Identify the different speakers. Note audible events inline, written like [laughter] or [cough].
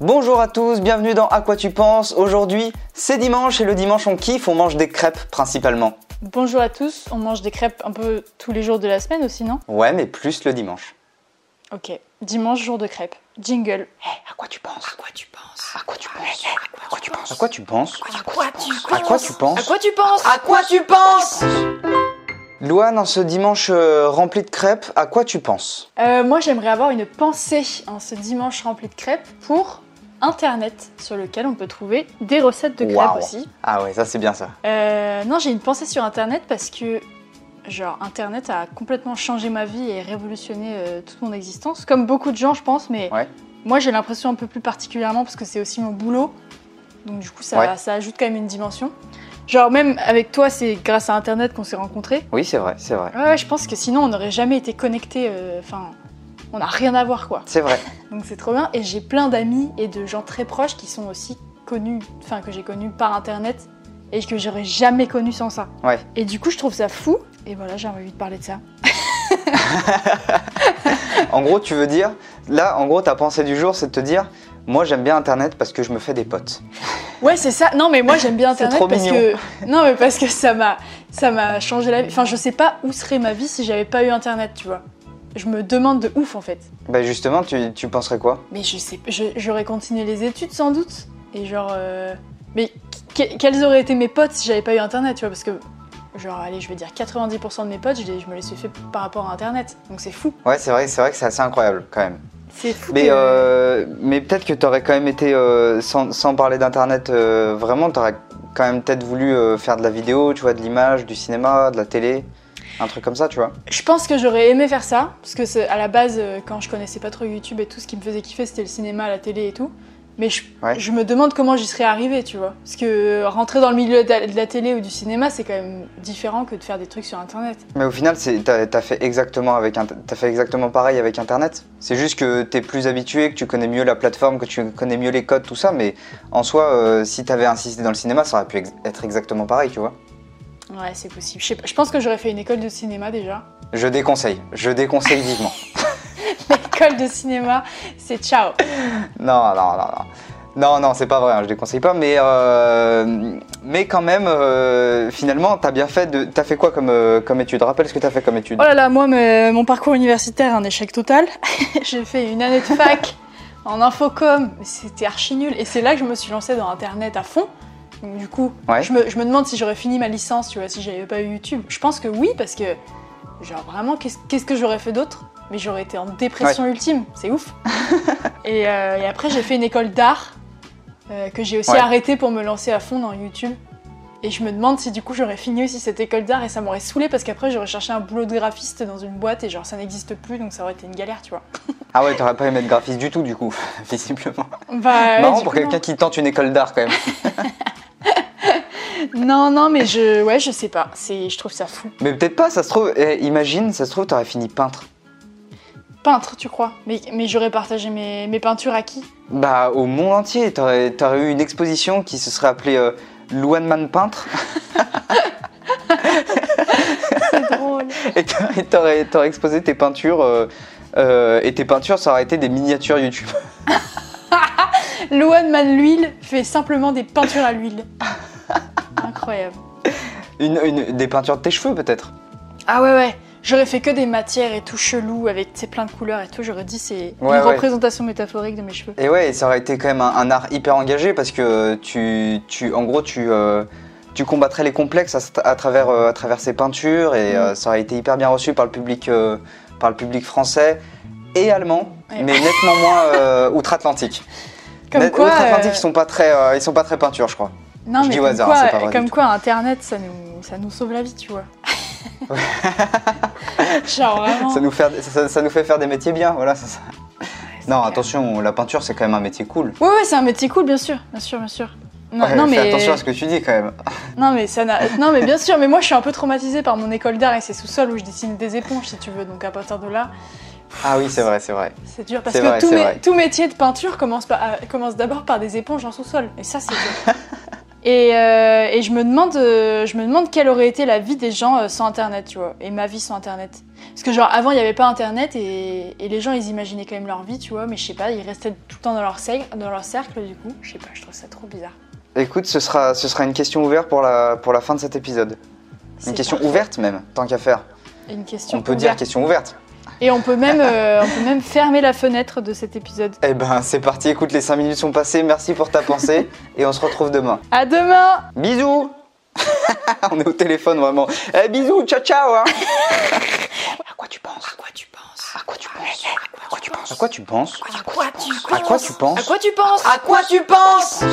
Speaker 1: Bonjour à tous, bienvenue dans À quoi tu penses. Aujourd'hui, c'est dimanche et le dimanche on kiffe, on mange des crêpes principalement.
Speaker 2: Bonjour à tous, on mange des crêpes un peu tous les jours de la semaine aussi, non
Speaker 1: Ouais, mais plus le dimanche.
Speaker 2: Ok, dimanche jour de crêpes. Jingle.
Speaker 1: Hé, à quoi tu penses
Speaker 3: À quoi tu penses
Speaker 1: À quoi tu penses
Speaker 3: À quoi tu penses
Speaker 1: À quoi tu penses
Speaker 3: À quoi tu
Speaker 1: À quoi tu
Speaker 2: À
Speaker 1: penses
Speaker 2: quoi tu penses
Speaker 3: À quoi tu penses
Speaker 1: Louane, en ce dimanche euh, rempli de crêpes, à quoi tu penses
Speaker 2: Euh, Moi, j'aimerais avoir une pensée en ce dimanche rempli de crêpes pour Internet, sur lequel on peut trouver des recettes de crêpes
Speaker 1: Waouh.
Speaker 2: aussi.
Speaker 1: Ah ouais, ça c'est bien ça.
Speaker 2: Euh, non, j'ai une pensée sur Internet parce que, genre, Internet a complètement changé ma vie et révolutionné euh, toute mon existence. Comme beaucoup de gens, je pense, mais
Speaker 1: Ouais.
Speaker 2: moi, j'ai l'impression un peu plus particulièrement parce que c'est aussi mon boulot. Donc, du coup, ça,
Speaker 1: Ouais.
Speaker 2: ça ajoute quand même une dimension. Genre, même avec toi, c'est grâce à Internet qu'on s'est rencontrés.
Speaker 1: Oui, c'est vrai, c'est vrai.
Speaker 2: Ouais, ouais, je pense que sinon, on n'aurait jamais été connectés. euh, Enfin, on n'a rien à voir, quoi.
Speaker 3: [laughs]
Speaker 1: C'est vrai.
Speaker 2: Donc, c'est trop bien. Et j'ai plein d'amis et de gens très proches qui sont aussi connus, enfin, que j'ai connus par Internet et que j'aurais jamais connu sans ça.
Speaker 1: Ouais.
Speaker 2: Et du coup, je trouve ça fou. Et voilà, j'ai envie de parler de ça.
Speaker 1: En gros, tu veux dire, là, en gros, ta pensée du jour, c'est de te dire, moi j'aime bien Internet parce que je me fais des potes.
Speaker 2: Ouais, c'est ça. Non, mais moi j'aime
Speaker 1: [laughs]
Speaker 2: bien
Speaker 1: C'est
Speaker 2: Internet
Speaker 1: trop
Speaker 2: parce
Speaker 1: mignon.
Speaker 2: que non, mais parce que ça m'a ça m'a changé la vie. Enfin, je sais pas où serait ma vie si j'avais pas eu Internet, tu vois. Je me demande de ouf en fait.
Speaker 1: Bah justement, tu, tu penserais quoi
Speaker 2: Mais je sais, je- j'aurais continué les études sans doute. Et genre, euh, mais que- quels auraient été mes potes si j'avais pas eu Internet, tu vois Parce que genre, allez, je vais dire 90% de mes potes, je, les- je me les suis fait par rapport à Internet. Donc c'est fou.
Speaker 1: Ouais, c'est vrai, c'est vrai que c'est assez incroyable quand même.
Speaker 2: C'est fou.
Speaker 1: Mais,
Speaker 2: que-
Speaker 1: euh, mais peut-être que t'aurais quand même été, euh, sans, sans parler d'internet euh, vraiment, t'aurais quand même peut-être voulu euh, faire de la vidéo, tu vois, de l'image, du cinéma, de la télé, un truc comme ça, tu vois.
Speaker 2: Je pense que j'aurais aimé faire ça, parce que c'est- à la base, euh, quand je connaissais pas trop YouTube et tout, ce qui me faisait kiffer, c'était le cinéma, la télé et tout. Mais je,
Speaker 1: Ouais.
Speaker 2: je me demande comment j'y serais arrivée, tu vois. Parce que euh, rentrer dans le milieu de la, de la télé ou du cinéma, c'est quand même différent que de faire des trucs sur Internet.
Speaker 1: Mais au final, c'est- t'as as fait, exactement avec int- t'as fait exactement pareil avec internet. C'est juste que t'es plus habitué, que tu connais mieux la plateforme, que tu connais mieux les codes, tout ça, mais en soi, euh, si t'avais insisté dans le cinéma, ça aurait pu ex- être exactement pareil, tu vois.
Speaker 2: Ouais, c'est possible. Je, sais pas, je pense que j'aurais fait une école de cinéma déjà. [laughs]
Speaker 1: Je déconseille, je déconseille vivement.
Speaker 2: L'école de cinéma, c'est ciao.
Speaker 1: Non, non, non, non. Non, non, c'est pas vrai, hein, je ne déconseille pas, mais, euh, mais quand même, euh, finalement, t'as bien fait de... T'as fait quoi comme, euh, comme étude Rappelle ce que t'as fait comme étude.
Speaker 2: Oh là là, moi, me- mon parcours universitaire, un échec total. [laughs] J'ai fait une année de fac en infocom, mais c'était archi nul. Et c'est là que je me suis lancée dans Internet à fond. Donc, du coup,
Speaker 1: Ouais.
Speaker 2: je, me, je me demande si j'aurais fini ma licence, tu vois, si j'avais pas eu YouTube. Je pense que oui, parce que, genre, vraiment, qu'est-ce qu'est-ce que j'aurais fait d'autre Mais j'aurais été en dépression ultime,
Speaker 1: [laughs]
Speaker 2: c'est ouf. et, euh, et après, j'ai fait une école d'art euh, que j'ai aussi
Speaker 1: Ouais.
Speaker 2: arrêtée pour me lancer à fond dans YouTube. Et je me demande si du coup j'aurais fini aussi cette école d'art et ça m'aurait saoulé parce qu'après j'aurais cherché un boulot de graphiste dans une boîte et genre ça n'existe plus donc ça aurait été une galère, tu vois.
Speaker 1: Ah ouais, t'aurais pas aimé de graphiste du tout, du coup, [laughs] visiblement.
Speaker 2: Bah,
Speaker 1: Ah, Marrant
Speaker 2: du
Speaker 1: pour
Speaker 2: coup, non.
Speaker 1: quelqu'un qui tente une école d'art, quand même.
Speaker 2: Non, non, mais je, ouais, je sais pas. C'est, je trouve ça fou.
Speaker 1: mais peut-être pas, ça se trouve... eh, imagine, ça se trouve, t'aurais fini peintre.
Speaker 2: Peintre, tu crois Mais, mais j'aurais partagé mes, mes peintures à qui
Speaker 1: Bah, au monde entier, t'aurais t'aurais eu une exposition qui se serait appelée euh, Luan Man Peintre, [laughs]
Speaker 2: C'est [laughs] drôle.
Speaker 1: et t'aurais- et t'aurais t'aurais exposé tes peintures... euh, euh, et tes peintures, ça aurait été des miniatures YouTube. [laughs]
Speaker 2: Loan Man l'huile fait simplement des peintures à
Speaker 1: [laughs]
Speaker 2: l'huile. Incroyable.
Speaker 1: Une- une, des peintures de tes cheveux, peut-être.
Speaker 2: Ah ouais, ouais. J'aurais fait que des matières et tout chelou avec tu sais, plein de couleurs et tout. J'aurais dit c'est
Speaker 1: Ouais,
Speaker 2: une
Speaker 1: ouais.
Speaker 2: représentation métaphorique de mes cheveux.
Speaker 1: Et ouais, ça aurait été quand même un, un art hyper engagé parce que euh, tu, tu en gros, tu, euh, tu combattrais les complexes à, à travers, euh, à travers ces peintures et
Speaker 2: Mm.
Speaker 1: euh, ça aurait été hyper bien reçu par le public, euh, par le public français et allemand,
Speaker 2: Ouais.
Speaker 1: mais nettement
Speaker 2: [laughs]
Speaker 1: moins euh, outre-Atlantique.
Speaker 2: Comme
Speaker 1: Net-
Speaker 2: quoi.
Speaker 1: outre-Atlantique,
Speaker 2: euh,
Speaker 1: ils sont pas très, euh, ils sont pas très peintures, je crois.
Speaker 2: Non,
Speaker 1: Je
Speaker 2: mais
Speaker 1: dis au
Speaker 2: comme,
Speaker 1: hasard,
Speaker 2: quoi,
Speaker 1: c'est pas vrai du
Speaker 2: comme
Speaker 1: tout.
Speaker 2: quoi Internet, ça nous, ça nous sauve la vie, tu vois. [laughs] Genre vraiment.
Speaker 1: Ça nous fait, ça, ça nous fait faire des métiers bien, voilà. c'est ça.
Speaker 2: c'est
Speaker 1: Non,
Speaker 2: clair.
Speaker 1: attention, la peinture c'est quand même un métier cool.
Speaker 2: Ouais, ouais, c'est un métier cool, bien sûr, bien sûr, bien sûr. Non,
Speaker 1: Ouais,
Speaker 2: non,
Speaker 1: fais
Speaker 2: mais
Speaker 1: attention à ce que tu dis quand même.
Speaker 2: non, mais ça n'a- non, mais bien sûr, mais moi je suis un peu traumatisée par mon école d'art et ses sous-sols où je dessine des éponges, si tu veux. Donc à partir de là,
Speaker 1: Ah oui, c'est vrai, c'est vrai.
Speaker 2: c'est dur parce
Speaker 1: C'est
Speaker 2: que
Speaker 1: vrai,
Speaker 2: tout,
Speaker 1: c'est
Speaker 2: mé-
Speaker 1: vrai.
Speaker 2: euh,
Speaker 1: [laughs]
Speaker 2: tout métier de peinture commence, par- à- commence d'abord par des éponges en sous-sol. Et ça, c'est dur. Et, euh, et je, me demande, euh, je me demande quelle aurait été la vie des gens euh, sans Internet, tu vois, et ma vie sans Internet. Parce que, genre, avant, il n'y avait pas Internet et, et les gens, ils imaginaient quand même leur vie, tu vois, mais je sais pas, ils restaient tout le temps dans leur, cer- dans leur cercle, du coup. Je sais pas, je trouve ça trop bizarre.
Speaker 1: Écoute, ce sera, ce sera une question ouverte pour la, pour la fin de cet épisode. Une
Speaker 2: C'est
Speaker 1: question
Speaker 2: parfait.
Speaker 1: ouverte même, tant qu'à faire.
Speaker 2: Une question
Speaker 1: On peut dire
Speaker 2: ouverte.
Speaker 1: question ouverte.
Speaker 2: Et on peut, même, euh, on peut même fermer la fenêtre de cet épisode.
Speaker 1: Eh ben c'est parti, écoute, les 5 minutes sont passées, merci pour ta
Speaker 3: [laughs]
Speaker 1: pensée et on se retrouve demain.
Speaker 2: À demain!
Speaker 1: Bisous [laughs] On est au téléphone vraiment. Eh, bisous, ciao ciao hein.
Speaker 3: À quoi tu penses À quoi tu penses À quoi tu penses À quoi tu penses
Speaker 1: À quoi tu penses
Speaker 3: À quoi tu penses
Speaker 1: À quoi tu penses
Speaker 2: À quoi tu penses
Speaker 3: À quoi tu penses